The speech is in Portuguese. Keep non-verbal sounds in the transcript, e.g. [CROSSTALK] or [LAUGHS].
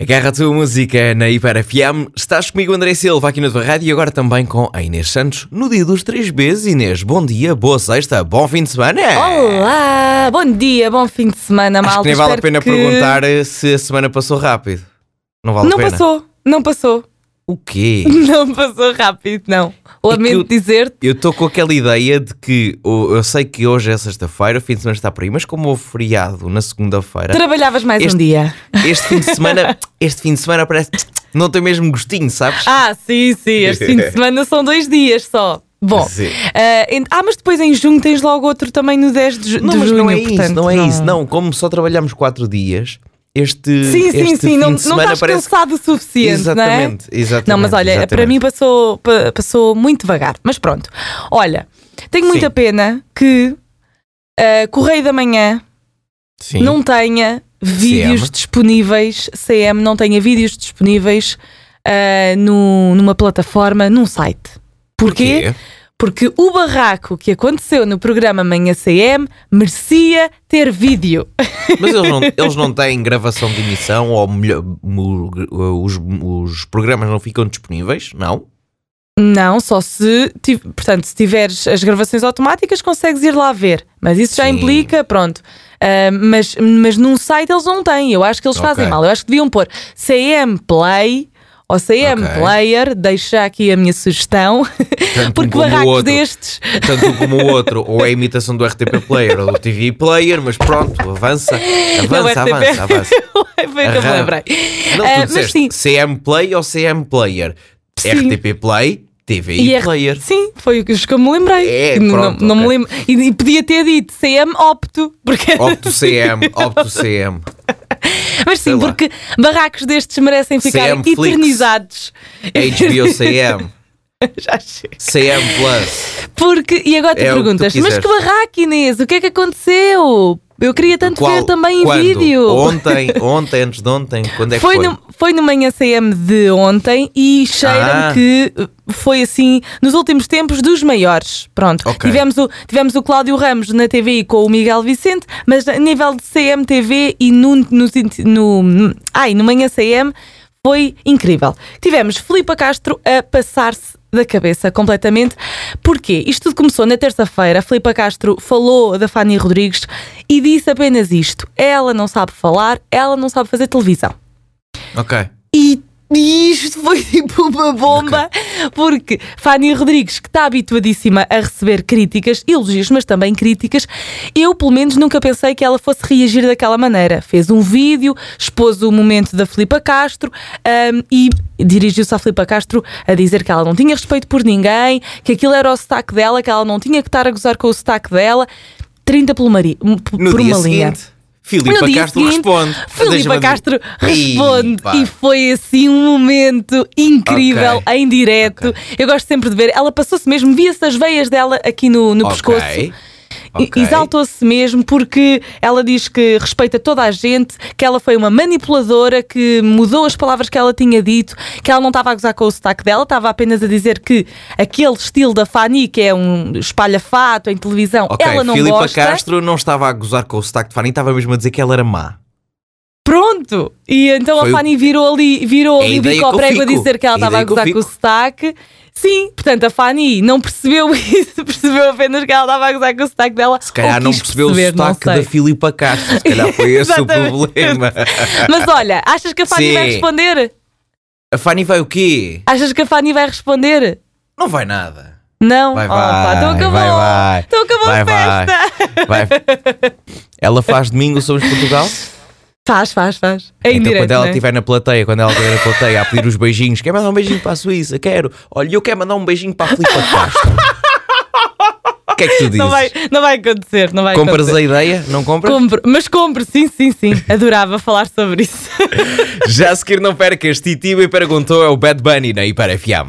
Agarra a tua música na Hiper FM. Estás comigo, André Silva, aqui na tua rádio e agora também com a Inês Santos no dia dos 3 Bs. Inês, bom dia, boa sexta, bom fim de semana. Olá, bom dia, bom fim de semana, malta. É. Acho que nem vale a Espero pena que- perguntar eh, se a semana passou rápido. Não vale Não a pena. passou, não passou, [LAUGHS] O quê? não passou rápido, não. Lamento eu- dizer-te. Eu estou com aquela ideia de que o- eu sei que hoje é sexta-feira, o fim de semana está por aí, mas como houve feriado na segunda-feira, Trabalhavas mais Este- um dia. este fim de semana, [LAUGHS] este fim de semana parece não tem o mesmo gostinho, sabes? Ah, sim, sim, este [LAUGHS] fim de semana são dois dias só. Bom, Sim. ah, ent- ah, mas depois em junho tens logo outro também no 10 de, ju Não, de mas junho. não é isso, portanto, não é isso. Não, como só trabalhamos quatro dias, este, Sim, sim, este sim, fim não, não de semana estás parece. cansado o suficiente, não é? exatamente, exatamente. Não, mas olha, para exatamente. mim passou, pa- passou muito devagar. Mas pronto. Olha, tenho muita Sim. pena que a Correio da Manhã Sim. não tenha vídeos CM. disponíveis, CM não tenha vídeos disponíveis ah, no- numa plataforma, num site. Porquê? Porquê? Porque o barraco que aconteceu no programa Manhã CM merecia ter vídeo. Mas eles não, eles não têm gravação de emissão ou melhor, mu- os, os programas não ficam disponíveis? Não? Não, só se, ti- portanto, se tiveres as gravações automáticas, consegues ir lá ver. Mas isso já Sim. implica, pronto. Ah, mas, mas num site eles não têm. Eu acho que eles fazem Ok. mal. Eu acho que deviam pôr CM Play ou CM Ok. Player. Deixa aqui a minha sugestão. Tanto [LAUGHS] um Porque como o barracos outro. destes. [LAUGHS] Tanto um como o outro, ou é a imitação do RTP Player ou do TV Player, mas pronto, avança, Não, avança, RTP. avança, avança. Foi o que eu me Arran- lembrei. Não, Ah, tu mas disseste sim. CM Play ou CM Player? Sim. RTP Play, TVI E R- Player. Sim, foi o que os que eu me lembrei. É, N- não, pronto, não me ok. lembro. E, e podia ter dito CM Opto, porque Opto CM, Opto CM. Mas Sei sim, lá. porque barracos destes merecem ficar CM Flix. eternizados. HBO CM, Já chega. CM Plus. Porque, e agora tu É o que tu perguntas, mas quiseres. que barraco, Inês? O que é que aconteceu? Eu queria tanto ver também em quando? vídeo. Ontem, ontem, antes de ontem, quando é que foi, foi? No, foi no Manhã CM de ontem e cheira-me Ah. que foi assim, nos últimos tempos, dos maiores. Pronto. Ok. Tivemos, o, tivemos o Cláudio Ramos na TVI com o Miguel Vicente, mas a nível de CMTV e no, nos int- no, ai, no Manhã CM foi incrível. Tivemos Filipa Castro a passar-se da cabeça completamente. Porquê? Isto tudo começou na terça-feira. A Filipa Castro falou da Fanny Rodrigues e disse apenas isto. Ela não sabe falar, ela não sabe fazer televisão. Ok. E isto foi tipo uma bomba, porque Fanny Rodrigues, que está habituadíssima a receber críticas, elogios, mas também críticas, eu pelo menos nunca pensei que ela fosse reagir daquela maneira. Fez um vídeo, expôs o momento da Filipa Castro ahm, e dirigiu-se à Filipa Castro a dizer que ela não tinha respeito por ninguém, que aquilo era o sotaque dela, que ela não tinha que estar a gozar com o sotaque dela. 30 pelo mari, por No uma dia linha. seguinte, No Filipa dia Castro seguinte, responde. Filipa Deixa-me- Castro Ih, responde pá. e foi assim um momento incrível Ok. em direto. Ok. Eu gosto sempre de ver. Ela passou-se mesmo, via-se as veias dela aqui no, no Ok, pescoço. E- ok. Exaltou-se mesmo porque ela diz que respeita toda a gente, que ela foi uma manipuladora, que mudou as palavras que ela tinha dito, que ela não estava a gozar com o sotaque dela, estava apenas a dizer que aquele estilo da Fanny, que é um espalha-fato em televisão, Ok, ela não Filipa gosta. Castro não estava a gozar com o sotaque de Fanny, estava mesmo a dizer que ela era má. Pronto! E então Foi o- a Fanny virou ali, virou É a ali o ideia bico ao que eu prego a fico. dizer que ela É a estava a ideia que eu gozar com o fico. sotaque. Sim, portanto a Fanny não percebeu [LAUGHS] isso, percebeu apenas que ela estava a gozar com o sotaque dela. Se calhar não percebeu o sotaque da Filipa Castro, se calhar [LAUGHS] foi esse o Exatamente. problema. Mas olha, achas que a Fanny vai Sim. responder? A Fanny vai o quê? Achas que a Fanny vai responder? Não vai nada. Não? Vai, Oh, pá, então vai, acabou! vai, vai. Então acabou Vai, a vai. festa! [LAUGHS] Vai. Ela faz domingo sobre Portugal? Faz, faz, faz. É então, indireto. quando ela não é? estiver na plateia, quando ela estiver na plateia a pedir os beijinhos, quer mandar um beijinho para a Suíça? Quero. Olha, eu quero mandar um beijinho para a Filipa Castro. O que é que tu dizes? não, vai, não vai acontecer, não vai Compras acontecer. a ideia? Não compras? Compro, mas compro, sim, sim, [LAUGHS] sim. Adorava falar sobre isso. Já a seguir não percas, Titi me perguntou é o Bad Bunny na Hiper FM.